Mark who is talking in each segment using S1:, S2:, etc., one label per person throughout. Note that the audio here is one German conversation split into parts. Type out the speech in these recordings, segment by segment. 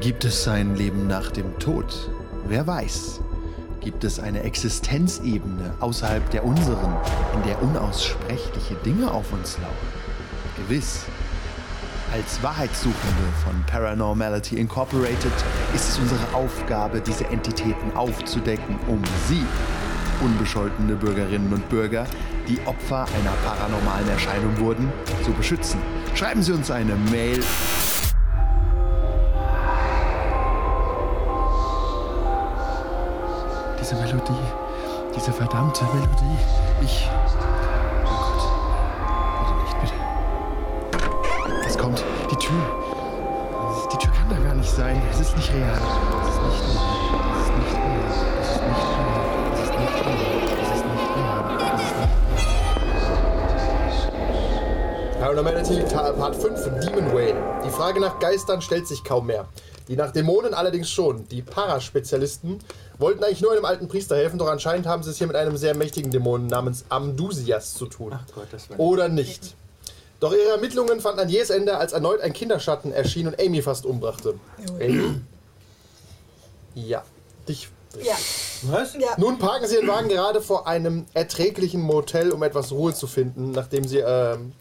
S1: Gibt es ein Leben nach dem Tod? Wer weiß? Gibt es eine Existenzebene außerhalb der unseren, in der unaussprechliche Dinge auf uns lauern? Gewiss. Als Wahrheitssuchende von Paranormality Incorporated ist es unsere Aufgabe, diese Entitäten aufzudecken, um sie, unbescholtene Bürgerinnen und Bürger, die Opfer einer paranormalen Erscheinung wurden, zu beschützen. Schreiben Sie uns eine Mail Diese Melodie, diese verdammte Melodie. Ich. Oh Gott. Bitte nicht, bitte. Es kommt. Die Tür. Die Tür kann da gar nicht sein. Es ist nicht real. Es ist nicht real. Es ist nicht real. Es ist nicht real. Es ist nicht real. Es ist nicht real. Es ist nicht
S2: Paranormality Ta- Part 5 Demon Whale. Die Frage nach Geistern stellt sich kaum mehr. Die nach Dämonen allerdings schon. Die Paraspezialisten wollten eigentlich nur einem alten Priester helfen, doch anscheinend haben sie es hier mit einem sehr mächtigen Dämonen namens Amdusias zu tun.
S3: Ach Gott, das war-
S2: Oder nicht. Doch ihre Ermittlungen fanden ein jähes Ende, als erneut ein Kinderschatten erschien und Amy fast umbrachte. Amy? Ja, dich.
S4: Ja,
S3: Was?
S4: ja.
S2: Nun parken sie den Wagen gerade vor einem erträglichen Motel, um etwas Ruhe zu finden, nachdem sie ähm,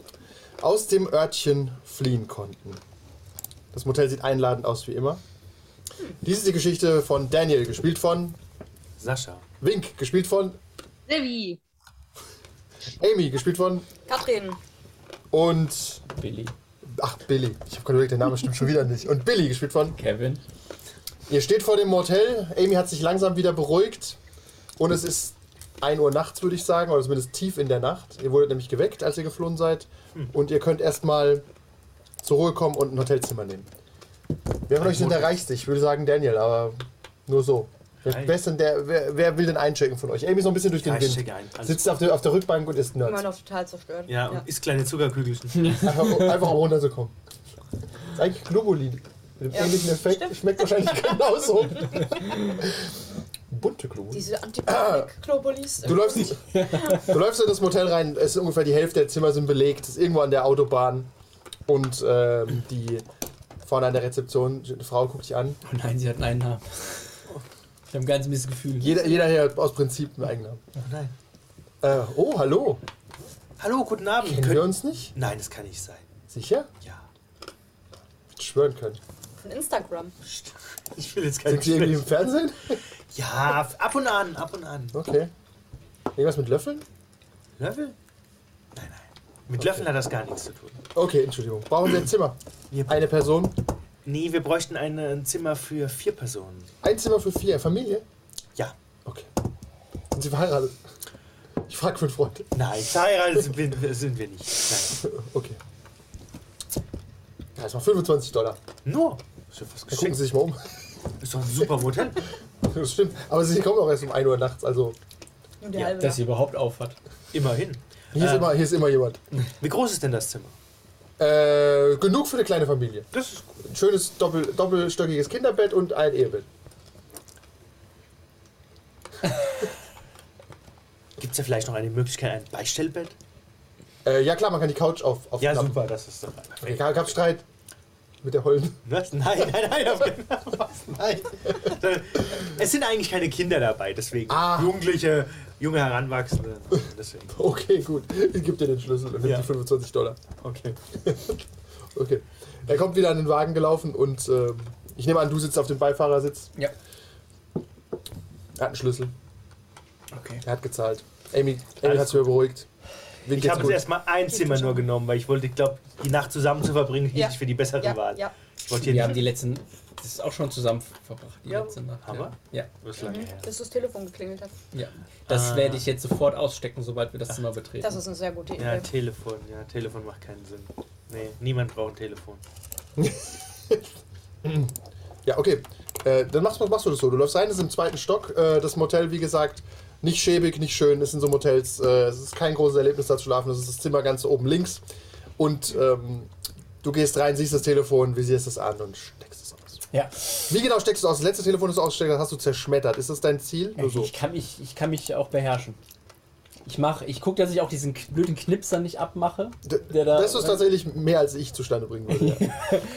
S2: aus dem Örtchen fliehen konnten. Das Motel sieht einladend aus wie immer. Dies ist die Geschichte von Daniel, gespielt von
S3: Sascha.
S2: Wink, gespielt von
S5: Silvi.
S2: Amy, gespielt von
S4: Katrin.
S2: und
S6: Billy.
S2: ach Billy. Ich habe gerade überlegt, der Name stimmt schon wieder nicht. Und Billy, gespielt von
S6: Kevin.
S2: Ihr steht vor dem Motel. Amy hat sich langsam wieder beruhigt. Und es ist 1 Uhr nachts, würde ich sagen, oder zumindest tief in der Nacht. Ihr wurdet nämlich geweckt, als ihr geflohen seid.
S3: Hm.
S2: Und ihr könnt erstmal zur Ruhe kommen und ein Hotelzimmer nehmen. Wer von euch sind der reichste? Ich würde sagen Daniel, aber nur so. Wer,
S3: Reich.
S2: wer, ist denn der, wer, wer will denn einchecken von euch? Amy ist noch ein bisschen durch den
S3: Ja, ich
S2: Wind.
S3: checke ein. Alles
S2: Sitzt auf der, auf der Rückbank und isst
S4: Immer
S2: Nerds.
S4: noch total zerstört.
S3: Ja, und isst kleine Zuckerkügelchen.
S2: Einfach, einfach um runterzukommen. ist eigentlich Globulin. Mit dem
S4: Ja,
S2: ähnlichen Effekt. Schmeckt wahrscheinlich genauso. Bunte Globulin.
S4: Diese Antibiotik-Globulis.
S2: Du läufst, du läufst in das Motel rein, es ist ungefähr die Hälfte der Zimmer sind belegt, ist irgendwo an der Autobahn und ähm, die vorne an der Rezeption, eine Frau guckt dich an.
S6: Oh nein, sie hat einen Namen. Ich habe ein ganz mieses Gefühl.
S2: Jeder, jeder hier hat aus Prinzip einen eigenen.
S3: Oh nein.
S2: Äh, oh, hallo.
S3: Hallo, guten Abend.
S2: Kennen
S3: Könnt-
S2: wir uns nicht?
S3: Nein, das kann nicht sein.
S2: Sicher?
S3: Ja.
S2: Ich schwören können.
S4: Von Instagram.
S3: Ich will jetzt kein
S2: Sind Sie irgendwie
S3: Gespräch.
S2: im Fernsehen?
S3: Ja, ab und an, ab und an.
S2: Okay. Irgendwas mit Löffeln?
S3: Löffel? Nein, nein. Mit Löffeln hat das gar nichts zu tun.
S2: Okay, Entschuldigung. Brauchen Sie ein Zimmer?
S3: Wir,
S2: Eine Person?
S3: nee, wir bräuchten eine, ein Zimmer für vier Personen.
S2: Ein Zimmer für vier. Familie?
S3: Ja.
S2: Okay. Sind Sie verheiratet? Ich frage für einen Freund.
S3: Nein, verheiratet sind wir, sind wir nicht.
S2: Okay. Ja, das war 25 Dollar.
S3: Nein. Nur. Ist ja was
S2: Dann gucken
S3: geschenkt.
S2: Sie sich mal um.
S3: Ist doch ein super Motel.
S2: Das stimmt. Aber sie kommen auch erst um 1 Uhr nachts. Also
S4: Nur der
S3: Ja,
S4: halbe.
S6: Dass sie überhaupt aufhat.
S3: Immerhin.
S2: hier, ist,
S3: Ähm.
S2: immer, hier ist immer jemand.
S3: Wie groß ist denn das Zimmer?
S2: Äh, genug für eine kleine Familie.
S3: Das ist gut.
S2: Ein schönes doppel, doppelstöckiges Kinderbett und ein Ehebett.
S3: Gibt es ja vielleicht noch eine Möglichkeit, ein Beistellbett?
S2: Äh, ja klar, man kann die Couch auf. auf klappen.
S3: das ist doch
S2: Okay,
S3: perfekt.
S2: gab, gab Streit mit der Holden.
S3: Was? Nein, nein, nein, auf keinen Fall. Was? Nein. Es sind eigentlich keine Kinder dabei, deswegen.
S2: Ah.
S3: Jugendliche, junge Heranwachsende. Deswegen.
S2: Okay, gut. Ich gebe dir den Schlüssel und nimm
S3: Ja.
S2: die 25 Dollar.
S3: Okay.
S2: Okay. Er kommt wieder an den Wagen gelaufen und ähm, ich nehme an, du sitzt auf dem Beifahrersitz.
S6: Ja.
S2: Er hat einen Schlüssel.
S6: Okay.
S2: Er hat gezahlt. Amy, Amy
S3: Alles
S2: hat sich beruhigt. Wem
S3: Ich
S2: geht's
S3: habe jetzt erstmal ein Zimmer nur genommen, weil ich wollte, glaube die Nacht zusammen zu verbringen, hielt
S4: Ja.
S3: ich für die bessere
S4: ja,
S3: Wahl.
S4: ja.
S3: Ich wollte
S6: Wir
S3: hier
S6: haben
S3: nicht.
S6: die letzten. Das ist auch schon zusammen verbracht. Die
S3: Ja.
S6: letzte Nacht.
S3: Haben wir?
S6: Ja.
S3: Das ist lange her.
S4: Bis das Telefon geklingelt hat.
S6: ja. ja. Das
S3: Ah.
S6: werde ich jetzt sofort ausstecken, sobald wir das Zimmer betreten.
S4: Das ist eine sehr gute
S3: Ja,
S4: Idee.
S3: Telefon. Ja, Telefon macht keinen Sinn. Nee, niemand braucht ein Telefon.
S2: Ja, okay. Äh, dann machst, machst du das so. Du läufst rein, das ist im zweiten Stock. Äh, das Motel, wie gesagt, nicht schäbig, nicht schön. Es sind so Motels. Äh, es ist kein großes Erlebnis, da zu schlafen. Das ist das Zimmer ganz oben links. Und ähm, du gehst rein, siehst das Telefon, visierst es an und steckst es aus.
S6: ja.
S2: Wie genau steckst du es aus? Das letzte Telefon, das du aussteckst, hast du zerschmettert. Ist das dein Ziel? Nur so.
S6: Ich, kann mich, ich kann mich auch beherrschen. Ich mach, ich guck, dass ich auch diesen k- blöden Knipser nicht abmache.
S2: D
S6: Der da-
S2: das ist tatsächlich mehr, als ich zustande bringen würde. Ja.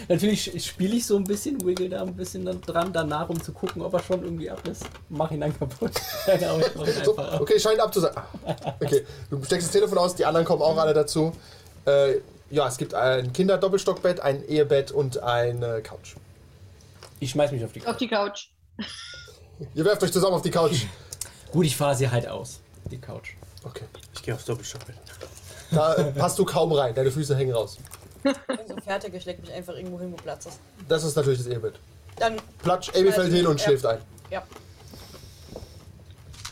S6: Natürlich spiele ich so ein bisschen, wiggle da ein bisschen dann dran danach, um zu gucken, ob er schon irgendwie ab ist. Mach ihn dann kaputt. Keine Ahnung, ich mach ihn
S2: So,
S6: einfach ab.
S2: okay, scheint abzusagen. Ah, Okay, du steckst das Telefon aus, die anderen kommen auch alle dazu. Äh, ja, es gibt ein Kinderdoppelstockbett, ein Ehebett und eine Couch.
S6: Ich schmeiß mich auf die
S5: Auf
S6: Couch.
S5: die Couch.
S2: Ihr werft euch zusammen auf die Couch.
S6: Gut, ich fahre sie halt aus. Die Couch.
S2: Okay.
S3: Ich gehe aufs Doppelstock mit.
S2: Da äh, passt du kaum rein, deine Füße hängen raus.
S4: Ich bin so fertig, ich leg mich einfach irgendwo hin, wo Platz ist.
S2: Das ist natürlich das Ehebett.
S4: Dann,
S2: Platsch, Amy fällt hin und
S4: Ja.
S2: schläft ein.
S4: ja.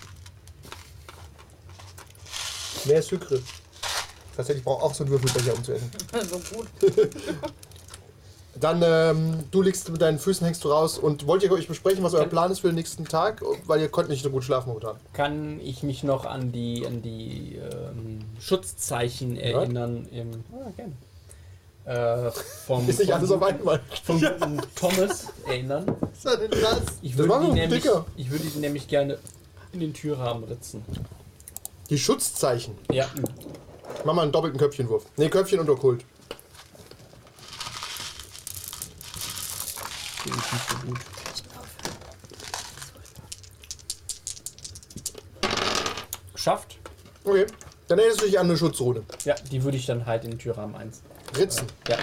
S2: Mehr ist Hykre. Tatsächlich brauche auch so einen Würfelbecher, um zu essen.
S4: So gut.
S2: Dann, ähm, du liegst mit deinen Füßen, hängst du raus und wollt ihr euch besprechen, was euer Plan ist für den nächsten Tag? Weil ihr konntet nicht so gut schlafen momentan.
S6: Kann ich mich noch an die, an die ähm, Schutzzeichen erinnern? Im, ah, gerne. Äh, vom,
S2: Ist nicht alles auf
S6: vom,
S2: einmal.
S6: vom guten Thomas erinnern.
S2: Was ist denn das?
S6: Ich
S2: das
S6: würde, ihn
S2: machen wir
S6: nämlich,
S2: dicker.
S6: ich würde ihn nämlich gerne in den Türrahmen ritzen.
S2: Die Schutzzeichen.
S6: Ja,
S2: Mach mal einen doppelten Köpfchenwurf. Ne, Köpfchen und Okkult.
S6: bin ich nicht so gut. Geschafft?
S2: Okay. Dann erinnerst du dich an eine Schutzrune.
S6: Ja, die würde ich dann halt in den Türrahmen eins.
S2: Ritzen.
S6: Ja.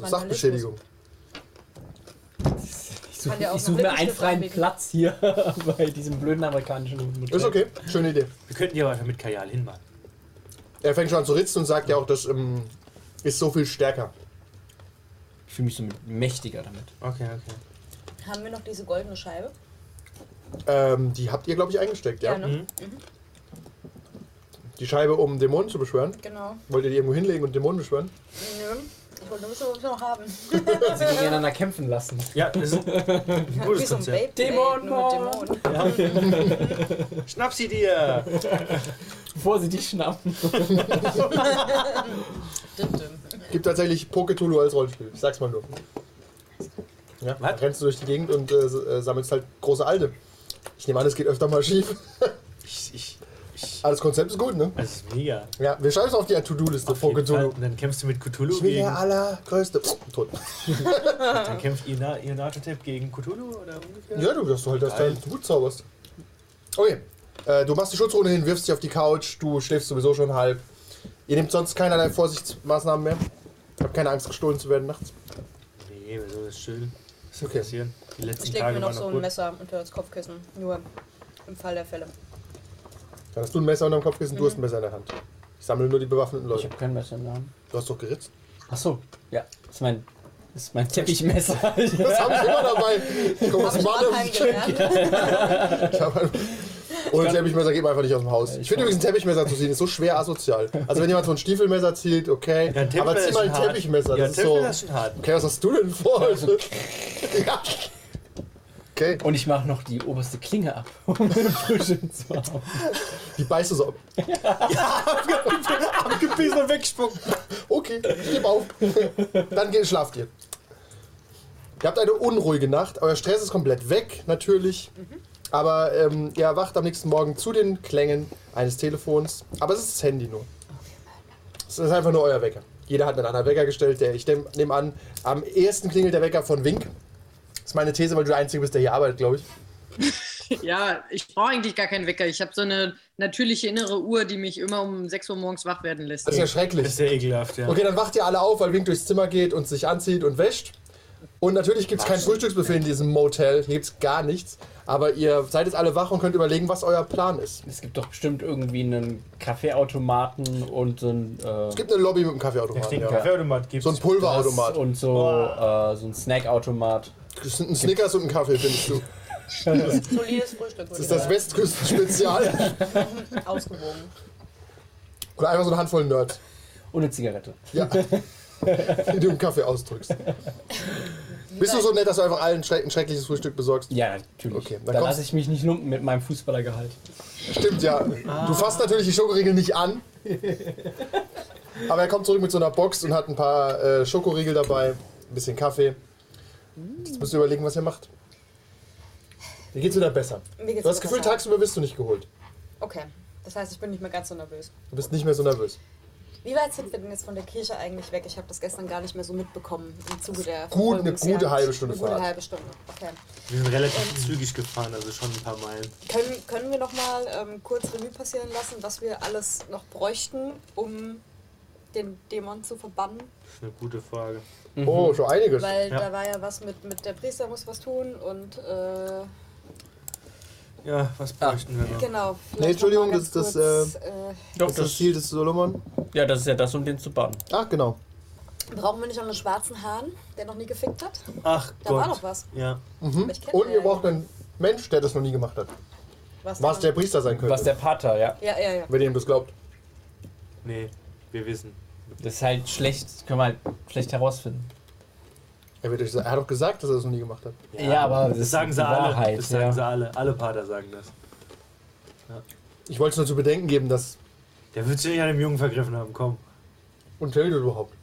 S2: Also Sachbeschädigung.
S6: Ich suche,
S4: Kann ja auch
S6: ich
S4: noch
S6: suche mir einen
S4: Lippenstift
S6: freien
S4: anbieten.
S6: Platz hier bei diesem blöden amerikanischen Hotel.
S2: Ist okay. Schöne Idee.
S3: Wir könnten ja einfach mit Kajal hinmachen.
S2: Er fängt schon an zu ritzen und sagt ja auch, das ähm, ist so viel stärker.
S6: Ich fühle mich so mächtiger damit.
S3: Okay, okay.
S4: Haben wir noch diese goldene Scheibe?
S2: Ähm, die habt ihr, glaube ich, eingesteckt, ja?
S4: ne?
S3: Mhm.
S2: Die Scheibe, um Dämonen zu beschwören.
S4: Genau.
S2: Wollt ihr die irgendwo hinlegen und Dämonen beschwören?
S4: Nö. Ich wollte nur wissen, ob wir noch haben.
S6: Sie gegeneinander kämpfen lassen.
S3: Ja, das ist ein
S4: Wie
S3: gutes
S4: so ein
S3: Konzept.
S4: Babe. Dämon,
S6: Dämon.
S4: nur mit Dämon.
S3: Schnapp sie dir!
S6: Bevor sie dich schnappen.
S4: Dim, dim.
S2: Gibt tatsächlich Poketulu als Rollenspiel. Ich sag's mal nur. Ja,
S3: Was?
S2: rennst du durch die Gegend und äh, s- äh, sammelst halt große Alte. Ich nehme an, es geht öfter mal schief.
S3: Ich, ich, ich.
S2: Aber das Konzept ist gut, ne?
S3: Das ist mega.
S2: Ja, wir schreiben es auf die To-Do-Liste,
S3: Auf jeden Fall. ne?
S2: Poketulu.
S3: Und dann kämpfst du mit Cthulhu
S2: Ich bin
S3: gegen.
S2: der allergrößte. Oh, Tot.
S3: Dann kämpft Ina- Ionatotep gegen Cthulhu oder ungefähr?
S2: Ja, du, dass du halt das
S3: Geil.
S2: dann gut zauberst. Okay. Äh, du machst die Schutzrune hin, wirfst dich auf die Couch, du schläfst sowieso schon halb. Ihr nehmt sonst keinerlei Vorsichtsmaßnahmen mehr. Habt keine Angst, gestohlen zu werden nachts.
S3: Nee, so ist schön. Das ist
S2: Okay.
S3: passieren. Die letzten
S4: Ich leg
S3: Tage
S4: mir noch
S3: waren
S4: so
S3: noch
S4: ein
S3: gut.
S4: Messer unter das Kopfkissen. Nur im Fall der Fälle.
S2: Dann hast du ein Messer unter dem Kopfkissen, du hast ein
S4: Mhm.
S2: Messer in der Hand. Ich sammle nur die bewaffneten
S6: Ich
S2: Leute.
S6: habe keinen Messer im Namen.
S2: Du hast doch geritzt.
S6: Achso, ja. Das ist mein, das ist mein Teppichmesser.
S2: Das habe ich immer dabei. Ich komme aus
S4: Hab
S2: dem
S4: ich
S2: Bahnhof.
S4: Mannheim gelernt.
S2: Ich hab ein- Ohne Teppichmesser geht man einfach nicht aus dem Haus. Ich finde übrigens, ein Teppichmesser zu ziehen ist so schwer asozial. Also wenn jemand so ein Stiefelmesser zielt, okay.
S3: Ja, ein
S2: aber
S3: Teppichmesser
S2: zieh mal
S3: ist
S2: ein
S3: hart.
S2: Teppichmesser.
S3: Ja,
S2: Das ist
S3: Teppichmesser
S2: so...
S3: ist schon hart.
S2: Okay, was hast du denn vor heute? ja. Okay,
S6: Und ich mache noch die oberste Klinge ab, um eine Frische zu haben.
S2: die beißt du so ab.
S3: Abgebissen und wegspucken.
S2: Okay, gib auf. Dann geht, schlaft ihr. Ihr habt eine unruhige Nacht. Euer Stress ist komplett weg, natürlich. Aber ähm, ihr erwacht am nächsten Morgen zu den Klängen eines Telefons. Aber es ist das Handy nur. Es ist einfach nur euer Wecker. Jeder hat einen anderen Wecker gestellt. Der, ich nehm- nehme an, am ersten klingelt der Wecker von Wink. Das ist meine These, weil du der Einzige bist, der hier arbeitet, glaube ich.
S5: Ja, ich brauche eigentlich gar keinen Wecker. Ich habe so eine natürliche innere Uhr, die mich immer um 6 Uhr morgens wach werden lässt.
S2: Das ist ja
S3: Das
S2: schrecklich.
S3: ist ja ekelhaft, ja.
S2: Okay, dann wacht ihr alle auf, weil Wink durchs Zimmer geht und sich anzieht und wäscht. Und natürlich gibt es keinen Frühstücksbefehl in diesem Motel. Hier gibt es gar nichts. Aber ihr seid jetzt alle wach und könnt überlegen, was euer Plan ist.
S6: Es gibt doch bestimmt irgendwie einen Kaffeeautomaten und so ein,
S2: Es
S6: äh,
S2: gibt eine Lobby mit einem
S3: Da
S2: Kaffeeautomaten.
S3: steht ein
S2: Ja.
S3: Kaffeeautomat. Gibt's.
S2: So ein Pulverautomat.
S6: und so,
S2: Ah.
S6: äh, so ein Snackautomat.
S2: Das sind ein Snickers und ein Kaffee, findest du.
S4: Solides Frühstück.
S2: Das ist das Westküsten-Spezial.
S4: Ausgewogen.
S2: Oder einfach so eine Handvoll Nerds,
S6: Und eine Zigarette.
S2: ja. die du im Kaffee ausdrückst. Bist du so nett, dass du einfach allen schre ein schreckliches Frühstück besorgst?
S6: Ja, natürlich.
S2: Okay, dann
S6: dann
S2: kommst-
S6: lasse ich mich nicht lumpen mit meinem Fußballergehalt.
S2: Stimmt, ja. Du fasst natürlich die Schokoriegel nicht an. Aber er kommt zurück mit so einer Box und hat ein paar äh, Schokoriegel dabei, ein bisschen Kaffee. Jetzt müsst ihr überlegen, was ihr macht. Dir geht's wieder besser.
S4: Mir geht's
S2: du hast das
S4: wieder
S2: Gefühl,
S4: besser.
S2: tagsüber bist du nicht geholt.
S4: Okay. Das heißt, ich bin nicht mehr ganz so nervös.
S2: Du bist nicht mehr so nervös.
S4: Wie weit sind wir denn jetzt von der Kirche eigentlich weg? Ich habe das gestern gar nicht mehr so mitbekommen im Zuge der
S2: Gut, eine
S4: Verfolgungsjagd.
S2: gute halbe Stunde
S4: Eine gute
S2: Fahrt.
S4: halbe Stunde, okay.
S3: Wir sind
S4: Ähm.
S3: relativ zügig gefahren, also schon ein paar Meilen.
S4: Können, können wir nochmal ähm, kurz Revue passieren lassen, was wir alles noch bräuchten, um den Dämon zu verbannen?
S3: Das ist eine gute Frage.
S2: Oh, schon einiges.
S4: Weil
S3: Ja.
S4: da war ja was mit, mit der Priester muss was tun und äh,
S3: Ja, was bräuchten wir noch?
S4: genau.
S2: Nee, Entschuldigung,
S4: noch mal ganz
S2: das- das,
S4: kurz, äh,
S6: Doch,
S2: Das ist das Ziel des Solomon.
S6: ja, das ist ja das, um den zu bannen.
S2: Ach, genau.
S4: brauchen wir nicht noch einen schwarzen Hahn, der noch nie gefickt hat?
S3: Ach
S4: Da
S3: Gott.
S4: war doch was.
S3: Ja.
S4: Aber ich kenn
S2: Hm? Und
S4: den
S2: ihr
S4: ja
S2: braucht einen Mensch, der das noch nie gemacht hat.
S4: nicht. was,
S2: Was der
S4: denn?
S2: Priester sein könnte.
S6: Was der Pater, ja.
S4: Ja, ja, ja.
S2: wenn ihr ihm das glaubt.
S3: Nee, wir wissen.
S6: Das ist halt schlecht, können wir halt schlecht herausfinden.
S2: Er, wird euch sagen, er hat doch gesagt, dass er das noch nie gemacht hat.
S6: Ja, aber
S3: Das
S6: das ist
S3: sagen
S6: die
S3: sie alle.
S6: Wahrheit,
S3: das sagen
S6: ja.
S3: sie alle. Alle Pater sagen das.
S2: Ich wollte es nur zu bedenken geben, dass.
S3: Der wird sich nicht an dem Jungen vergriffen haben, komm.
S2: Und Hilde überhaupt.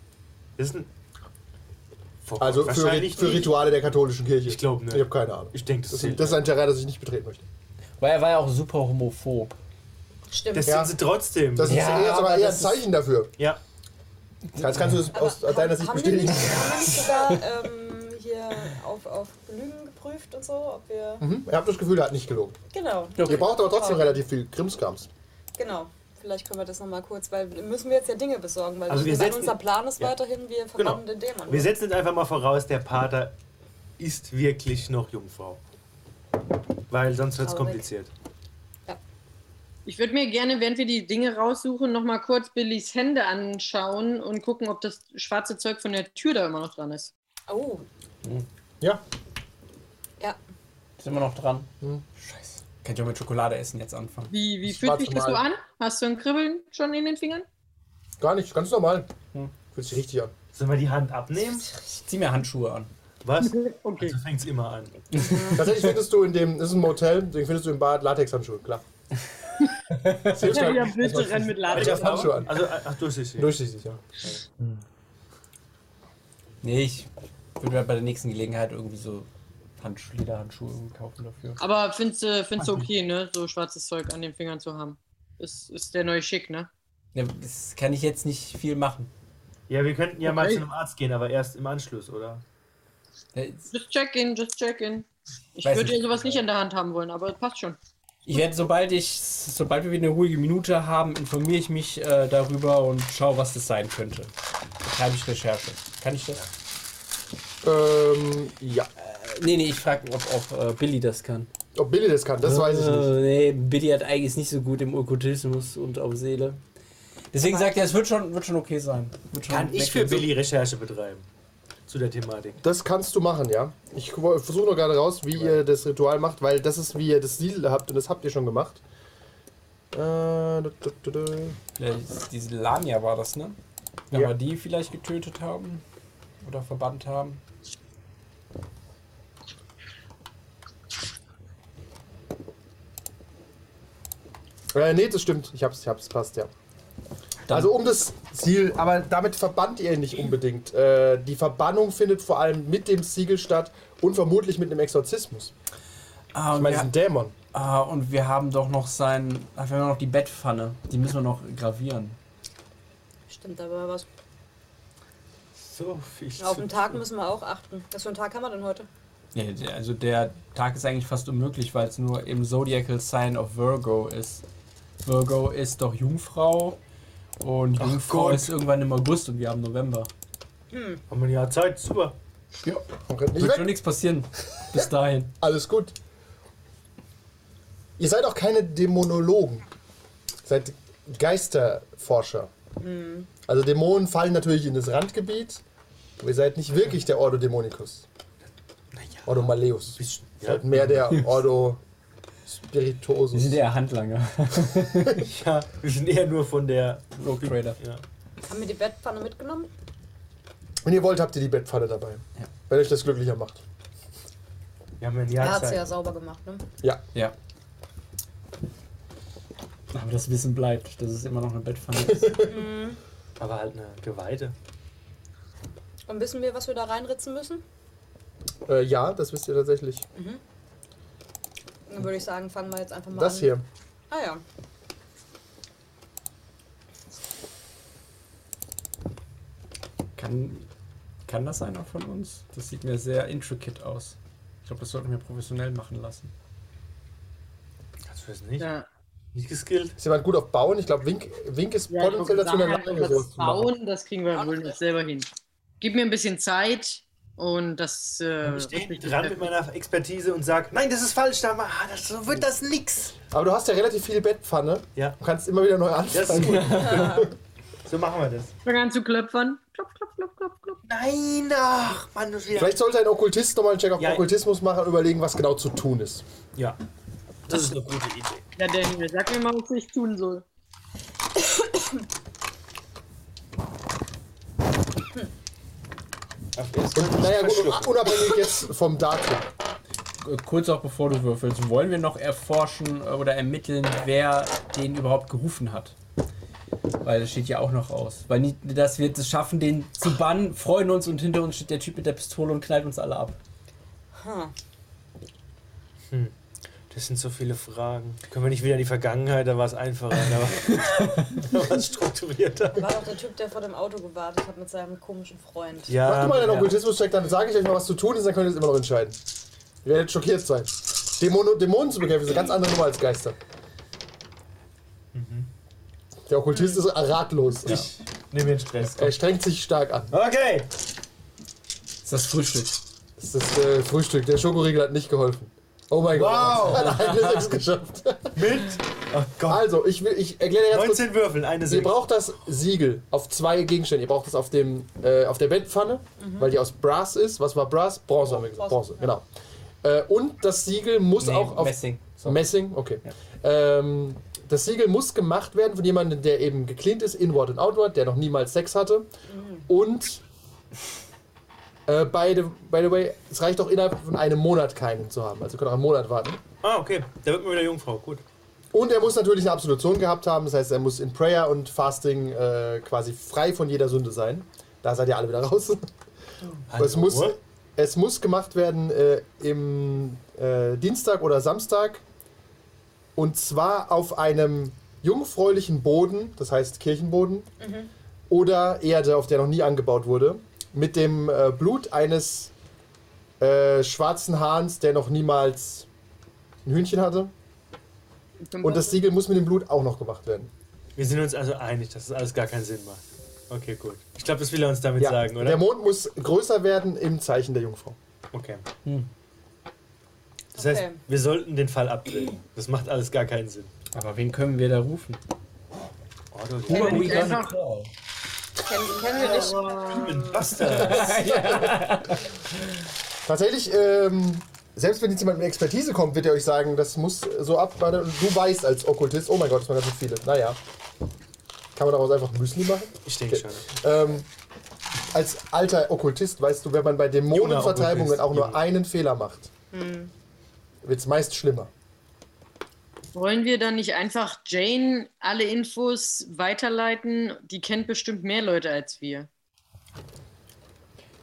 S3: Das ist ein. Boah,
S2: Also für,
S3: wahrscheinlich
S2: für
S3: nicht.
S2: Rituale der katholischen Kirche.
S3: Ich glaub nicht.
S2: Ich habe keine Ahnung.
S3: Ich denke, das,
S2: Das,
S3: zählt.
S2: ist- das ist ein Terrain, das ich nicht betreten möchte.
S6: Weil er war ja auch super homophob.
S4: Stimmt.
S3: das
S2: Ja.
S3: sind sie trotzdem.
S2: Das
S6: Ja,
S2: ist eher, aber
S6: aber
S2: eher ein
S6: das ist-
S2: Zeichen dafür.
S3: ja,
S2: Jetzt kannst du das
S4: Aber
S2: aus deiner
S4: haben-
S2: Sicht
S4: haben wir
S2: bestätigen.
S4: Nicht, haben wir nicht sogar ähm, hier auf, auf Lügen geprüft und so, ob wir.
S2: Mhm. Ihr habt das Gefühl, er hat nicht gelogen.
S4: Genau.
S2: Ihr braucht aber trotzdem
S4: Okay.
S2: relativ viel Krimskrams.
S4: Genau. Vielleicht können wir das nochmal kurz, weil müssen wir jetzt ja Dinge besorgen, weil
S3: Also wir
S4: wir sagen,
S3: setzen-
S4: unser Plan ist
S3: Ja.
S4: weiterhin, wir
S3: Genau.
S4: verbannen den Dämon.
S3: wir setzen jetzt einfach mal voraus, der Pater ist wirklich noch Jungfrau. Weil sonst wird es
S4: Traurig.
S3: kompliziert.
S5: Ich würde mir gerne, während wir die Dinge raussuchen, nochmal kurz Billys Hände anschauen und gucken, ob das schwarze Zeug von der Tür da immer noch dran ist.
S4: oh,
S2: Ja,
S4: ja.
S6: Sind wir noch dran? Scheiße. Kann ich auch mit Schokolade essen jetzt anfangen.
S5: Wie, wie
S2: Ich
S5: fühlt
S2: warte
S5: sich das so
S2: mal.
S5: an? Hast du ein Kribbeln schon in den Fingern?
S2: gar nicht. Ganz normal.
S6: Hm.
S2: Fühlt sich richtig an.
S3: Sollen wir die Hand abnehmen?
S6: Ich zieh mir Handschuhe an.
S3: Was?
S5: Okay.
S3: Also fängt es immer an.
S2: Tatsächlich findest du in dem, das ist ein Motel, deswegen findest du im Bad Latexhandschuhe, klar. Das hilft
S5: Ja,
S2: halt.
S5: ja, bitte renn mit
S2: Ich hab
S5: Latexhandschuhen.
S2: Handschuhe an.
S3: Also, ach, durchsichtig.
S2: Durchsichtig, ja.
S6: Nee, ich würde mir bei der nächsten Gelegenheit irgendwie so Handschuhe, Lederhandschuhe irgendwie kaufen dafür.
S5: Aber findest du findest du okay, ne? So schwarzes Zeug an den Fingern zu haben. Ist, ist der neue Schick, ne?
S6: Ja, das kann ich jetzt nicht viel machen.
S3: Ja, wir könnten ja mal
S5: Okay.
S3: zu einem Arzt gehen, aber erst im Anschluss, oder?
S6: Ja, jetzt-
S5: Just check in, just check in. Ich
S6: Weiß
S5: würde
S6: nicht.
S5: ja sowas nicht in der Hand haben wollen, aber passt schon.
S6: Ich werde, sobald ich, sobald wir wieder eine ruhige Minute haben, informiere ich mich äh, darüber und schaue, was das sein könnte. Betreibe ich Recherche. Kann ich das?
S2: Ähm, ja.
S6: Äh, nee, nee, ich frage, ob, ob äh, Billy das kann.
S2: Ob Billy das kann, das weiß ich nicht.
S6: Äh, Nee, Billy hat eigentlich ist nicht so gut im Okkultismus und auf Seele. Deswegen sagt er, es wird schon, wird schon okay sein. Wird schon
S3: Kann ich für
S6: weggehen.
S3: Billy Recherche betreiben? Zu der Thematik.
S2: Das kannst du machen, ja. Ich versuche nur gerade raus, wie ihr das Ritual macht, weil das ist, wie ihr das Siegel habt und das habt ihr schon gemacht. Äh, du, du, du, du.
S6: Vielleicht ist Diese Lamia war das, ne? Wenn
S2: Ja.
S6: wir die vielleicht getötet haben oder verbannt haben.
S2: Äh, nee, das stimmt. Ich hab's, ich hab's, passt, ja.
S6: Dann-
S2: Also um das Ziel, aber damit verbannt ihr ihn nicht unbedingt. Äh, die Verbannung findet vor allem mit dem Siegel statt und vermutlich mit einem Exorzismus.
S6: Ah,
S2: Ich
S6: und,
S2: meine, es
S6: wir,
S2: ist ein Dämon.
S6: ah, und wir haben doch noch sein. Ach, wir haben noch die Bettpfanne. Die müssen wir noch gravieren.
S4: Stimmt, aber was.
S3: So viel.
S4: Auf
S3: zu-
S4: den Tag müssen wir auch achten. Was für einen Tag haben wir denn heute?
S6: Nee, der- also der Tag ist eigentlich fast unmöglich, weil es nur im Zodiacal Sign of Virgo ist. Virgo ist doch Jungfrau und Jungfrau
S3: Gott.
S6: ist irgendwann im August und wir haben November.
S3: Haben wir ein Jahr Zeit, super.
S6: Ja,
S2: Man rennt nicht
S6: wird schon
S2: weg.
S6: nichts passieren. Bis dahin.
S2: Alles gut. Ihr seid auch keine Dämonologen. Ihr seid Geisterforscher.
S5: Mhm.
S2: Also Dämonen fallen natürlich in das Randgebiet, aber ihr seid nicht wirklich der Ordo Dämonicus.
S3: Naja.
S2: Ordo Maleus. Ihr
S3: Bisschen, ja.
S2: seid mehr der Ordo
S6: Wir sind
S2: Spirituosus.
S6: eher Handlanger.
S3: ja, wir sind eher nur von der.
S6: Rogue Trader.
S3: Ja.
S4: Haben wir die Bettpfanne mitgenommen?
S2: Wenn ihr wollt, habt ihr die Bettpfanne dabei.
S6: Ja.
S2: Wenn euch das glücklicher macht.
S3: Wir haben ein
S4: Er
S3: Jahr
S4: hat sie ja
S3: Zeit.
S4: sauber gemacht, ne?
S2: Ja.
S6: Ja. Aber das Wissen bleibt, dass es immer noch eine Bettpfanne ist.
S3: Aber halt eine Geweihte.
S4: Und wissen wir, was wir da reinritzen müssen?
S2: Äh, ja, das wisst ihr tatsächlich.
S4: Dann würde ich sagen, fangen wir jetzt einfach mal
S2: Das
S4: an.
S2: hier.
S4: Ah ja.
S6: Kann, kann das einer von uns? Das sieht mir sehr intricate aus. Ich glaube, das sollten wir professionell machen lassen.
S3: Kannst du das nicht?
S5: Ja.
S3: Nicht geskillt?
S2: Ist jemand gut auf Bauen? Ich glaube, Wink, Wink ist
S5: Ja,
S2: potenziell
S5: ich
S2: dazu in der
S5: sag halt,
S2: Lage,
S5: das
S2: sowas zu machen.
S5: Bauen, das kriegen wir wohl noch selber hin. Gib mir ein bisschen Zeit und das. Äh,
S3: Ich stehe
S5: wird mich
S3: dran mit meiner Expertise und sage, nein, das ist falsch, da ah, das, so wird das nix.
S2: Aber du hast ja relativ viel Bettpfanne.
S3: Ja,
S2: Du kannst immer wieder neu
S3: das ist
S2: anfangen.
S3: gut. so machen wir das.
S5: Fang an zu klöpfern. Klopf, klopf, klopf, klopf, klopf.
S3: Nein, ach, Mann, das ist wieder.
S2: Vielleicht sollte ein Okkultist nochmal einen Check auf
S3: Ja.
S2: Okkultismus machen und überlegen, was genau zu tun ist.
S3: Ja, das ist eine gute Idee.
S5: Ja, Daniel, sag mir mal, was ich tun soll.
S3: Auf erst
S2: Und, naja, gut, unabhängig jetzt vom Darkler.
S3: Ähm,
S6: Äh, Kurz auch bevor du würfelst, wollen wir noch erforschen äh, oder ermitteln, wer den überhaupt gerufen hat? Weil das steht ja auch noch aus. Weil nie, dass wir es schaffen, den zu bannen, freuen uns und hinter uns steht der Typ mit der Pistole und knallt uns alle ab.
S3: Das sind so viele Fragen. Können wir nicht wieder in die Vergangenheit, da war es einfacher, da war, da war es strukturierter.
S4: War doch der Typ, der vor dem Auto gewartet hat mit seinem komischen Freund.
S3: Ja,
S2: Mach du mal einen
S3: ja.
S2: Okkultismus-Check, dann sage ich euch mal, was zu tun ist, dann könnt ihr es immer noch entscheiden. Ihr werdet schockiert sein. Dämonen, Dämonen zu bekämpfen ist eine ganz andere Nummer als Geister.
S3: Mhm.
S2: Der Okkultist ist ratlos.
S3: Ich nehme den Stress.
S2: Er strengt sich stark an.
S3: Okay.
S6: Ist das Frühstück?
S2: Das ist das äh, Frühstück. Der Schokoriegel hat nicht geholfen. Oh mein
S3: Wow.
S2: Gott. Er hat eine Sechs geschafft.
S3: Mit. Oh Gott.
S2: Also, ich, will, ich erkläre dir ganz kurz.
S3: 19 Würfeln, eine
S2: Also Ihr
S3: Sechs.
S2: braucht das Siegel auf zwei Gegenstände. Ihr braucht es auf, dem, äh, auf der Bettpfanne, weil die aus Brass ist. Was war Brass? Bronze haben wir gesagt. Bronze,
S4: Bronze,
S2: genau. Äh, und das Siegel muss
S6: Nee,
S2: auch auf.
S6: Messing. So.
S2: Messing, okay. Ähm, das Siegel muss gemacht werden von jemandem, der eben gecleant ist, inward und outward, der noch niemals Sex hatte. Und. Äh, by, the, by the way, es reicht auch innerhalb von einem Monat keinen zu haben. Also ihr könnt auch einen Monat warten.
S3: Ah, okay. Da wird man wieder Jungfrau. Gut.
S2: Und er muss natürlich eine Absolution gehabt haben, das heißt, er muss in Prayer und Fasting äh, quasi frei von jeder Sünde sein. Da seid ihr alle wieder raus. Aber Es muss, es muss gemacht werden äh, im äh, Dienstag oder Samstag. Und zwar auf einem jungfräulichen Boden, das heißt Kirchenboden, oder Erde, auf der noch nie angebaut wurde, mit dem äh, Blut eines äh, schwarzen Hahns, der noch niemals ein Hühnchen hatte. Und das Siegel muss mit dem Blut auch noch gemacht werden.
S3: Wir sind uns also einig, dass das alles gar keinen Sinn macht. Okay, gut. Ich glaube, das will er uns damit sagen,
S2: Der
S3: oder?
S2: Mond muss größer werden im Zeichen der Jungfrau.
S3: Okay.
S6: Hm.
S3: Das heißt,
S4: Okay.
S3: wir sollten den Fall abdrehen. Das macht alles gar keinen Sinn.
S6: Aber wen können wir da rufen?
S3: Oh, du,
S6: Who are
S5: Wenn
S6: we
S5: ich
S6: gonna
S5: einfach-
S6: call?
S4: Kennen, kennen wir nicht.
S2: Tatsächlich, ähm, selbst wenn jetzt jemand mit Expertise kommt, wird er euch sagen, das muss so ab. weil Du weißt als Okkultist, oh mein Gott, das waren ganz schön viele. Naja. Kann man daraus einfach Müsli machen?
S3: Ich denke schon.
S2: Ähm, als alter Okkultist weißt du, wenn man bei Dämonenvertreibungen
S3: Junger Okkultist,
S2: auch nur
S3: junger.
S2: einen Fehler macht, wird es meist schlimmer.
S5: Wollen wir dann nicht einfach Jane alle Infos weiterleiten? Die kennt bestimmt mehr Leute als wir.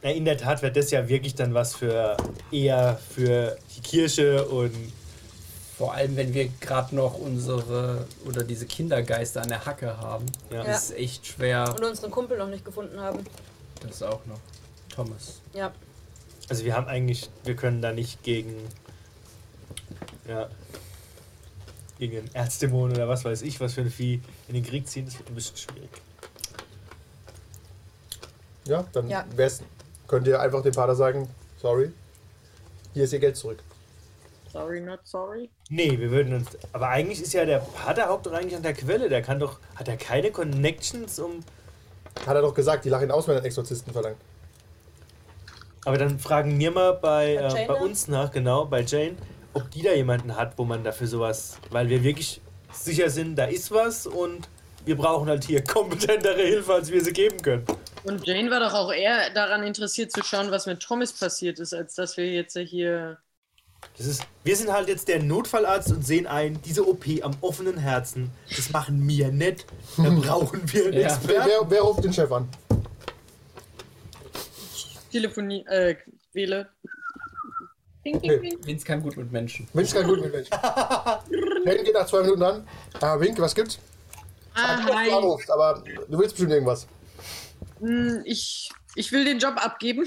S3: Na, in der Tat wäre das ja wirklich dann was für eher für die Kirche und
S6: Vor allem, wenn wir gerade noch unsere oder diese Kindergeister an der Hacke haben.
S3: Ja.
S4: Ja.
S6: Ist echt schwer.
S4: Und unseren Kumpel noch nicht gefunden haben.
S6: Das auch noch. Thomas.
S4: Ja.
S3: Also wir haben eigentlich, wir können da nicht gegen, ja, gegen einen Erzdämon oder was weiß ich, was für ein Vieh in den Krieg ziehen, das wird ein bisschen schwierig.
S2: Ja, dann
S4: Ja.
S2: wär's, könnt ihr einfach dem Vater sagen, sorry, hier ist ihr Geld zurück.
S5: Sorry, not sorry.
S3: Nee, wir würden uns, aber eigentlich ist ja der Pater Haupt doch eigentlich an der Quelle, der kann doch, hat er keine Connections um,
S2: Hat er doch gesagt, die lachen ihn aus, wenn er einen Exorzisten verlangt.
S3: aber dann fragen wir mal
S4: Bei
S3: bei, äh,
S4: Jane
S3: bei
S4: nach?
S3: uns nach, genau, bei Jane, ob die da jemanden hat, wo man dafür sowas, weil wir wirklich sicher sind, da ist was und wir brauchen halt hier kompetentere Hilfe, als wir sie geben können.
S5: Und Jane war doch auch eher daran interessiert zu schauen, was mit Thomas passiert ist, als dass wir jetzt hier.
S3: Das ist, wir sind halt jetzt der Notfallarzt und sehen ein, diese OP am offenen Herzen, das machen wir nicht. Da brauchen wir einen
S6: Ja.
S2: Wer,
S3: Experten.
S2: wer, wer ruft den Chef an?
S5: Telefonie, äh, Wähle. Ding, ding, ding.
S6: Vince kann gut mit Menschen.
S2: Mensch kann gut mit Mensch. Ben geht nach zwei Minuten an. Ah, Wink, was gibt's?
S5: Ah,
S2: Du
S5: hi.
S2: anrufst, aber du willst bestimmt irgendwas.
S5: Hm, Ich Ich will den Job abgeben.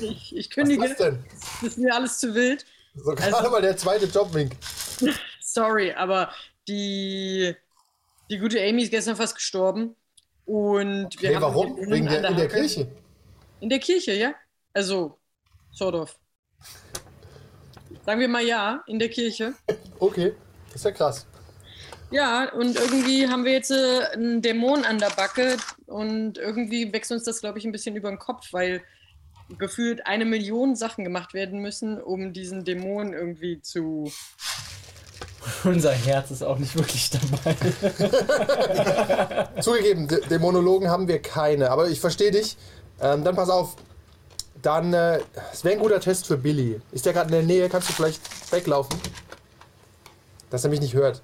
S5: Ich, ich
S2: Was
S5: kündige.
S2: ist das denn?
S5: Das ist mir alles zu wild.
S2: So gerade
S5: Also,
S2: mal der zweite Jobwink.
S5: Sorry, aber die, die gute Amy ist gestern fast gestorben. Und wir
S2: Nee,
S5: haben
S2: warum?
S5: den
S2: Wegen der,
S5: an
S2: in der
S5: Hacke.
S2: Kirche.
S5: In der Kirche, ja? Also, sort of. Sagen wir mal ja, in der Kirche.
S2: Okay, das ist ja krass.
S5: Ja, und irgendwie haben wir jetzt äh, einen Dämon an der Backe und irgendwie wächst uns das, glaube ich, ein bisschen über den Kopf, weil gefühlt eine Million Sachen gemacht werden müssen, um diesen Dämon irgendwie zu.
S6: Unser Herz ist auch nicht wirklich dabei.
S2: Zugegeben, de- den Monologen haben wir keine, aber ich verstehe dich. Ähm, dann pass auf. Dann, äh, es wäre ein guter Test für Billy. Ist der gerade in der Nähe? Kannst du vielleicht weglaufen? Dass er mich nicht hört.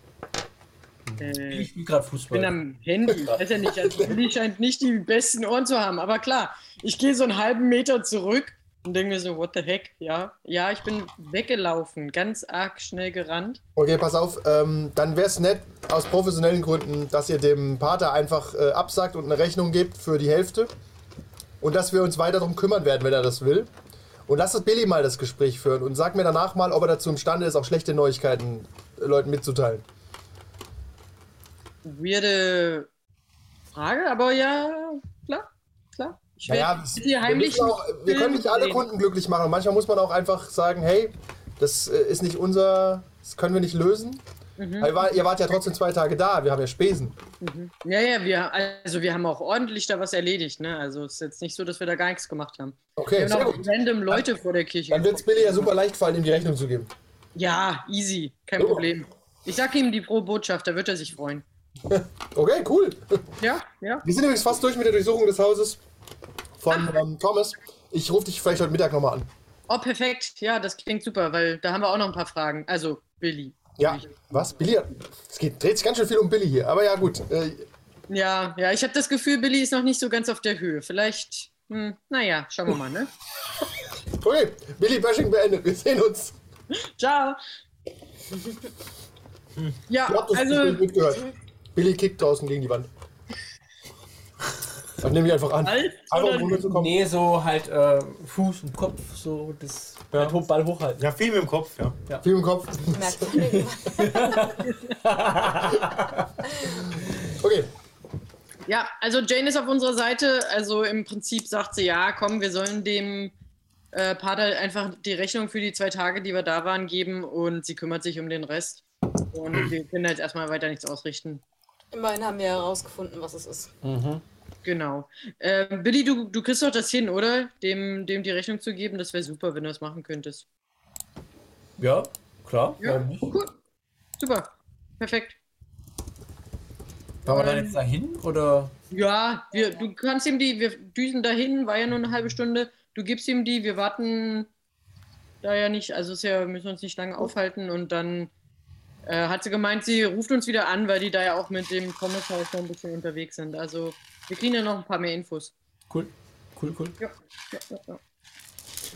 S5: Äh,
S6: Ich bin gerade
S5: Ich bin
S6: Fußball.
S5: am Handy, ich weiß ja nicht. Also Billy scheint nicht die besten Ohren zu haben, aber klar, ich gehe so einen halben Meter zurück und denke mir so, what the heck, ja. Ja, ich bin weggelaufen, ganz arg schnell gerannt.
S2: Okay, pass auf. Ähm, dann wäre es nett, aus professionellen Gründen, dass ihr dem Pater einfach äh, absagt und eine Rechnung gebt für die Hälfte. Und dass wir uns weiter darum kümmern werden, wenn er das will. Und lass das Billy mal das Gespräch führen und sag mir danach mal, ob er dazu imstande ist, auch schlechte Neuigkeiten äh, Leuten mitzuteilen.
S5: Weirde Frage, aber ja, klar, klar. Ich werde
S2: Naja,
S5: mit
S2: es-
S5: dir
S2: wir,
S5: heimlich
S2: müssen auch,
S5: einen
S2: wir können
S5: Film
S2: nicht alle
S5: sehen.
S2: Kunden glücklich machen. Und manchmal muss man auch einfach sagen, hey, das äh, ist nicht unser, das können wir nicht lösen.
S5: Mhm.
S2: Weil ihr wart- ihr wart ja trotzdem zwei Tage da, wir haben ja Spesen.
S5: Ja, ja, wir, also wir haben auch ordentlich da was erledigt, ne? Also es ist jetzt nicht so, dass wir da gar nichts gemacht haben.
S2: Okay,
S5: Wir haben
S2: sehr
S5: auch
S2: gut.
S5: random Leute vor der Kirche.
S2: Dann wird es Billy ja super leicht fallen, ihm die Rechnung zu geben.
S5: Ja, easy, kein
S2: Super.
S5: Problem. Ich sag ihm die Pro-Botschaft, da wird er sich freuen.
S2: Okay, cool.
S5: Ja, ja.
S2: Wir sind übrigens fast durch mit der Durchsuchung des Hauses von
S5: Ah.
S2: ähm, Thomas. Ich rufe dich vielleicht heute Mittag nochmal an.
S5: Oh, perfekt. Ja, das klingt super, weil da haben wir auch noch ein paar Fragen. Also, Billy.
S2: Ja, was? Billy? hat- Es geht, dreht sich ganz schön viel um Billy hier. Aber ja, gut. Äh,
S5: Ja, ja, ich habe das Gefühl, Billy ist noch nicht so ganz auf der Höhe. Vielleicht, hm, naja, schauen wir mal, ne?
S2: okay, Billy Bashing beendet. Wir sehen uns.
S5: Ciao. Ja,
S2: Ich hab das Gespräch
S5: also,
S2: mitgehört. Billy kickt draußen gegen die Wand. Dann nehme ich einfach an.
S5: Alt
S2: Einfach
S5: Halt oder
S2: um runterzukommen.
S6: Nee, so halt äh, Fuß und Kopf, so das
S3: Ja.
S6: halt hoch- Ball hochhalten.
S3: Ja, viel mit dem Kopf, ja.
S2: Viel im Kopf.
S4: Merkt man nicht.
S2: Okay.
S5: ja, also Jane ist auf unserer Seite. Also im Prinzip sagt sie, ja, komm, wir sollen dem äh, Pater einfach die Rechnung für die zwei Tage, die wir da waren, geben und sie kümmert sich um den Rest. Und wir können jetzt erstmal weiter nichts ausrichten.
S4: Immerhin haben wir herausgefunden, was es ist.
S5: Genau. Ähm, Billy, du, du kriegst doch das hin, oder? Dem, dem die Rechnung zu geben, das wäre super, wenn du das machen könntest.
S6: Ja, klar.
S5: Ja,
S6: Warum nicht?
S5: cool. Super. Perfekt.
S6: Fahren wir dann jetzt dahin oder?
S5: Ja, wir, du kannst ihm die, wir düsen dahin, war ja nur eine halbe Stunde. Du gibst ihm die, wir warten da ja nicht, also ist ja, müssen uns nicht lange aufhalten und dann äh, hat sie gemeint, sie ruft uns wieder an, weil die da ja auch mit dem Kommissar schon ein bisschen unterwegs sind. Also wir kriegen ja noch ein paar mehr Infos.
S6: Cool, cool, cool.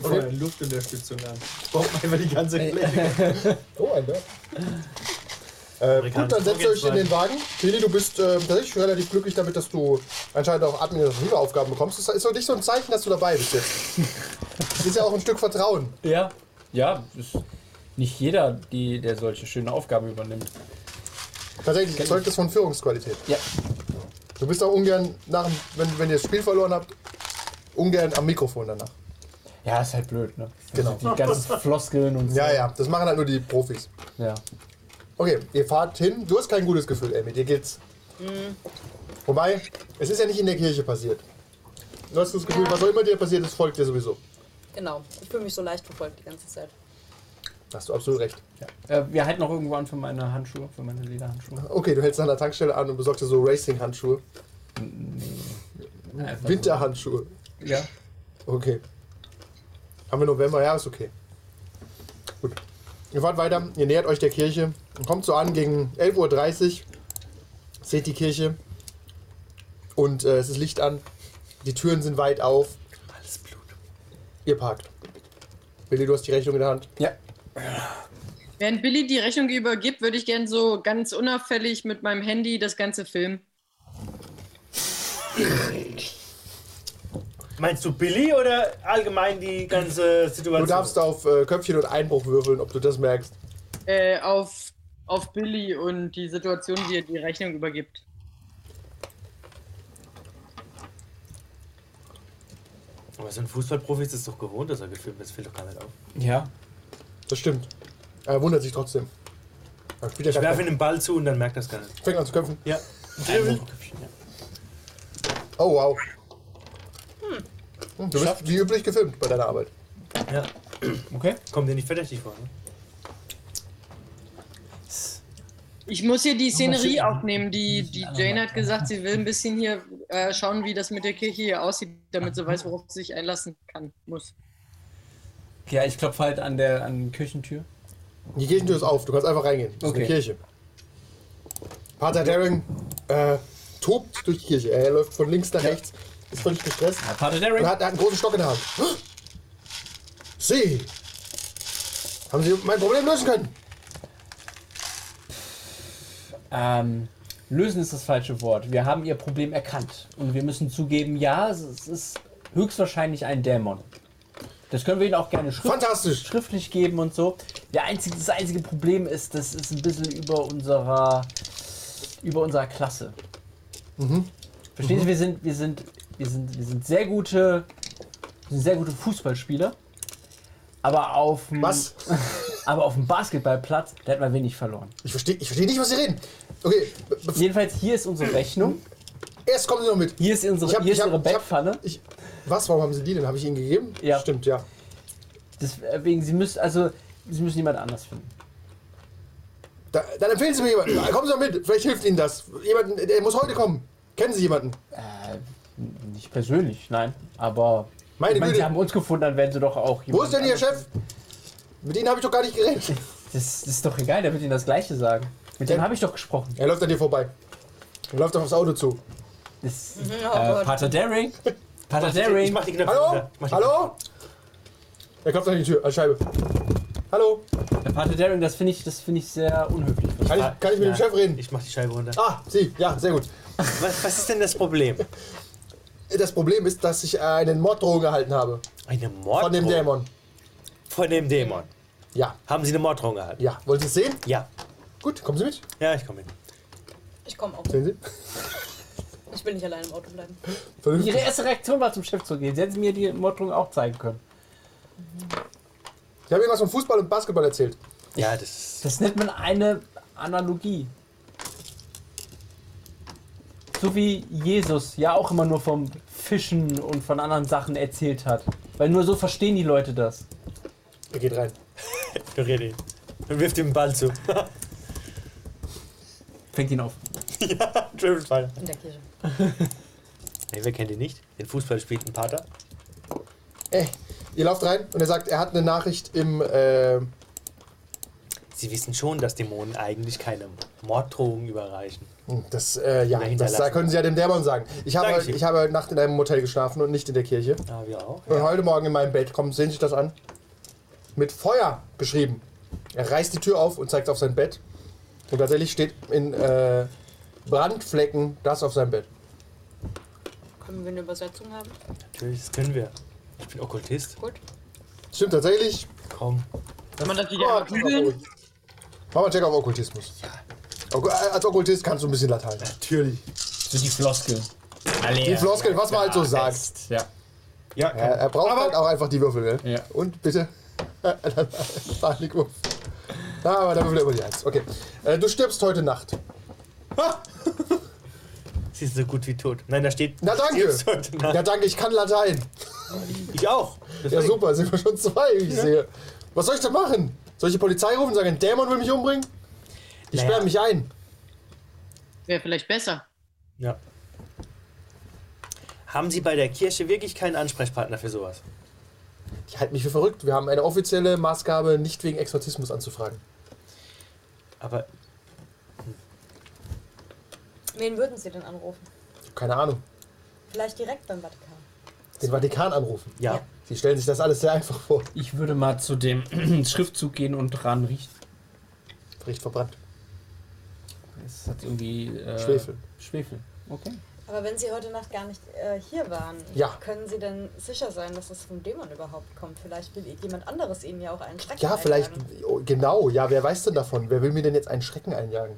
S3: Von der Luftunterstützung an. Braucht man einfach die ganze Fläche.
S2: Oh, ein Berg. äh,
S3: Amerikanische
S2: Gut, dann setzt ihr euch in den Wagen. Billy, du bist äh, tatsächlich relativ glücklich damit, dass du anscheinend auch administrative Aufgaben bekommst. Das ist doch nicht so ein Zeichen, dass du dabei bist jetzt. Das ist ja auch ein Stück Vertrauen.
S6: Ja, ja, ist nicht jeder, die, der solche schönen Aufgaben übernimmt.
S2: Tatsächlich zeugt das von Führungsqualität.
S6: Ja.
S2: Du bist auch ungern, nach, dem- wenn, wenn ihr das Spiel verloren habt, ungern am Mikrofon danach.
S6: Ja, ist halt blöd, ne?
S2: Genau.
S6: Also die ganzen Floskeln und so.
S2: Ja, ja, das machen halt nur die Profis.
S6: ja.
S2: Okay, ihr fahrt hin. Du hast kein gutes Gefühl, Amy. Dir geht's. Wobei, es ist ja nicht in der Kirche passiert. Du hast das Gefühl, was auch immer dir passiert ist, folgt dir sowieso.
S4: Genau. Ich fühle mich so leicht verfolgt die ganze Zeit.
S2: Da hast du absolut recht.
S6: Äh, wir halten noch irgendwo an für meine Handschuhe, für meine Lederhandschuhe.
S2: Okay, du hältst an der Tankstelle an und besorgst dir so Racing-Handschuhe.
S6: Einfach
S2: Winterhandschuhe.
S6: so. Ja.
S2: Okay. Haben wir November? Ja, ist okay. Gut. Ihr fahrt weiter, ihr nähert euch der Kirche. Kommt so an gegen 11.30 Uhr. Seht die Kirche. Und äh, es ist Licht an. Die Türen sind weit auf.
S3: Alles Blut.
S2: Ihr parkt. Billy, du hast die Rechnung in der Hand.
S6: Ja.
S5: Während Billy die Rechnung übergibt, würde ich gern so ganz unauffällig mit meinem Handy das ganze Film.
S3: Meinst du Billy oder allgemein die ganze Situation?
S2: Du darfst auf äh, Köpfchen und Einbruch würfeln, ob du das merkst.
S5: Äh, auf, auf Billy und die Situation, wie er die Rechnung übergibt.
S3: Aber so ein Fußballprofi ist es doch gewohnt, dass er gefilmt wird. Das fällt doch gar nicht auf.
S6: Ja.
S2: Das stimmt. Er wundert sich trotzdem. Er spielt ja
S3: Ich
S2: gar
S3: werfe ihm
S2: keinen-
S3: den Ball zu und dann merkt das gar nicht.
S2: Fängt an zu köpfen.
S3: Ja.
S2: Oh wow. Hm, Du bist wie üblich gefilmt bei deiner Arbeit.
S3: ja.
S6: Okay.
S3: Kommt dir nicht verdächtig vor, ne?
S5: Ich muss hier die Szenerie
S6: schön.
S5: aufnehmen. Die, die Jane hat gesagt, sie will ein bisschen hier äh, schauen, wie das mit der Kirche hier aussieht, damit sie weiß, worauf sie sich einlassen kann, muss.
S6: Ja, ich klopfe halt an der an die Küchentür.
S2: Die Kirchentür ist auf, du kannst einfach reingehen. Das
S6: Okay.
S2: ist eine Kirche. Pater Darren äh, tobt durch die Kirche. Er läuft von links nach rechts, ist völlig gestresst
S6: Vater
S2: und
S6: Derek.
S2: hat, hat einen großen Stock in der Hand. Sie! Haben Sie mein Problem lösen können?
S6: Hm. Ähm, lösen ist das falsche Wort. Wir haben ihr Problem erkannt. Und wir müssen zugeben, ja, es es ist höchstwahrscheinlich ein Dämon. Das können wir ihnen auch gerne schrift
S2: Fantastisch!
S6: schriftlich geben und so. Der einzige, das einzige Problem ist, das ist ein bisschen über unserer über unserer Klasse.
S2: Mhm.
S6: Verstehen Sie, wir sind, wir sind, wir sind, wir sind sehr gute, wir sind sehr gute Fußballspieler. Aber auf dem-
S2: Was?
S6: aber auf dem Basketballplatz, da hätten wir wenig verloren.
S2: Ich verstehe ich versteh nicht, was Sie reden. Okay, be- be-
S6: Jedenfalls, hier ist unsere Rechnung.
S2: erst kommen Sie noch mit.
S6: Hier ist unsere,
S2: Ich hab-
S6: hier
S2: ich
S6: ist
S2: hab-
S6: ihre
S2: ich hab-
S6: Bettpfanne.
S2: Ich, was? Warum haben Sie die denn? Habe ich Ihnen gegeben?
S6: Ja.
S2: Stimmt, ja.
S6: Deswegen, Sie müssen, also, Sie müssen jemand anders finden.
S2: Da, dann empfehlen Sie mir jemanden. Kommen Sie doch mit. Vielleicht hilft Ihnen das. Jemanden, der muss heute kommen. Kennen Sie jemanden?
S6: Äh, nicht persönlich, nein. Aber
S2: Meine
S6: ich meine,
S2: Güte.
S6: Sie haben uns gefunden, dann werden Sie doch auch
S2: Wo ist denn Ihr
S6: anderen-
S2: Chef? Mit Ihnen habe ich doch gar nicht geredet.
S6: Das, das ist doch egal, der wird Ihnen das Gleiche sagen. Mit dem
S2: Der-
S6: habe ich doch gesprochen.
S2: Er läuft an dir vorbei. Er läuft auf das Auto zu.
S6: Das,
S4: Gott.
S6: äh, Pater Daring. Pater
S3: Ich
S6: Daring.
S3: mach die Knöpfe
S2: Hallo?
S3: runter. Ich mach die-
S2: Hallo? Er klopft an die Tür, an die Scheibe. Hallo?
S6: Der Pater Daring, das finde ich, das finde ich sehr unhöflich.
S2: Kann ich, kann ich mit dem Chef reden?
S3: Ah, Ich mach die Scheibe runter.
S2: Ah, Sie. Ja, sehr gut.
S3: Was, was ist denn das Problem?
S2: Das Problem ist, dass ich einen Morddrohung erhalten habe.
S3: Eine Morddrohung.
S2: Von dem Dämon.
S3: Von dem Dämon.
S2: Ja,
S3: Haben Sie eine Morddrohung erhalten?
S2: ja. Wollen Sie es sehen?
S3: Ja.
S2: Gut, kommen Sie mit.
S3: Ja, ich komme mit.
S4: Ich komme auch.
S2: Sehen Sie?
S4: Ich will nicht allein im Auto bleiben.
S2: Vernünftig.
S6: Ihre erste Reaktion war, zum Chef zu gehen. Sie hätten mir die Morddrohung auch zeigen können.
S2: Ich habe irgendwas von Fußball und Basketball erzählt.
S3: Ja, das ist.
S6: Das nennt man eine Analogie. So wie Jesus ja auch immer nur vom Fischen und von anderen Sachen erzählt hat. Weil nur so verstehen die Leute das.
S2: Er geht rein.
S3: Ignoriere den. Und wirft ihm den Ball zu.
S6: Fängt ihn auf.
S3: Dribbles Ball.
S4: In der Kirche.
S3: Nee, wer kennt ihn nicht? Den Fußball spielt ein Pater.
S2: Ey, Äh, ihr lauft rein und er sagt, er hat eine Nachricht im. Äh,
S3: Sie wissen schon, dass Dämonen eigentlich keine Morddrohungen überreichen.
S2: das, äh, ja,
S3: Nein,
S2: das
S3: hinterlassen.
S2: können Sie ja dem Dämon sagen. Ich habe,
S3: Danke.
S2: heute, ich habe heute Nacht in einem Motel geschlafen und nicht in der Kirche.
S3: Ja, wir auch.
S2: Und heute Morgen in meinem Bett, kommen, sehen Sie sich das an? Mit Feuer beschrieben. Er reißt die Tür auf und zeigt auf sein Bett. Und tatsächlich steht in äh, Brandflecken das auf seinem Bett.
S4: Können wir eine Übersetzung haben?
S3: Natürlich, das können wir. Ich bin Okkultist.
S4: Gut.
S2: Stimmt tatsächlich.
S3: Komm.
S5: Kann man das nicht
S2: Mach
S5: einfach
S2: mal
S5: googeln?
S2: einen Check auf Okkultismus. Ok- Als Okkultist kannst du ein bisschen Latein.
S3: Natürlich.
S6: So die Floskel. Alle
S2: Die Floskel, was man halt so sagt.
S6: Ja.
S3: Ja,
S2: Er,
S3: komm.
S2: er braucht
S3: Aber-
S2: halt auch einfach die Würfel, ne?
S6: Ja.
S2: Und bitte. Panikwurf. Ah, aber da würfel er über die Eins. Okay. Äh, du stirbst heute Nacht.
S3: Sie ist so gut wie tot. Nein, da steht.
S2: Na, danke.
S3: Stirbst heute Nacht.
S2: Ja, danke, ich kann Latein.
S3: Ich auch.
S2: Ja,
S3: Deswegen.
S2: super, sind wir schon zwei, wie ich sehe. Was soll ich denn machen? Soll ich die Polizei rufen und sagen, ein Dämon will mich umbringen? Ich
S3: Naja.
S2: sperre mich ein.
S5: Wäre vielleicht besser.
S3: Ja. Haben Sie bei der Kirche wirklich keinen Ansprechpartner für sowas?
S2: Ich halte mich für verrückt. Wir haben eine offizielle Maßgabe, nicht wegen Exorzismus anzufragen.
S3: Aber
S4: Wen würden Sie denn anrufen?
S2: Keine Ahnung.
S4: Vielleicht direkt beim Vatikan.
S2: Den Vatikan anrufen.
S3: ja,
S4: Ja.
S2: Die stellen sich das alles sehr einfach vor.
S6: Ich würde mal zu dem Schriftzug gehen und dran riechen.
S2: Riecht verbrannt.
S6: Es hat irgendwie. Äh,
S2: Schwefel.
S6: Schwefel. Okay.
S4: Aber wenn Sie heute Nacht gar nicht äh, hier waren,
S2: Ja.
S4: können Sie denn sicher sein, dass es vom Dämon überhaupt kommt? Vielleicht will jemand anderes Ihnen ja auch einen Schrecken
S2: Ja, vielleicht,
S4: einjagen.
S2: oh, genau, ja, wer weiß denn davon? Wer will mir denn jetzt einen Schrecken einjagen?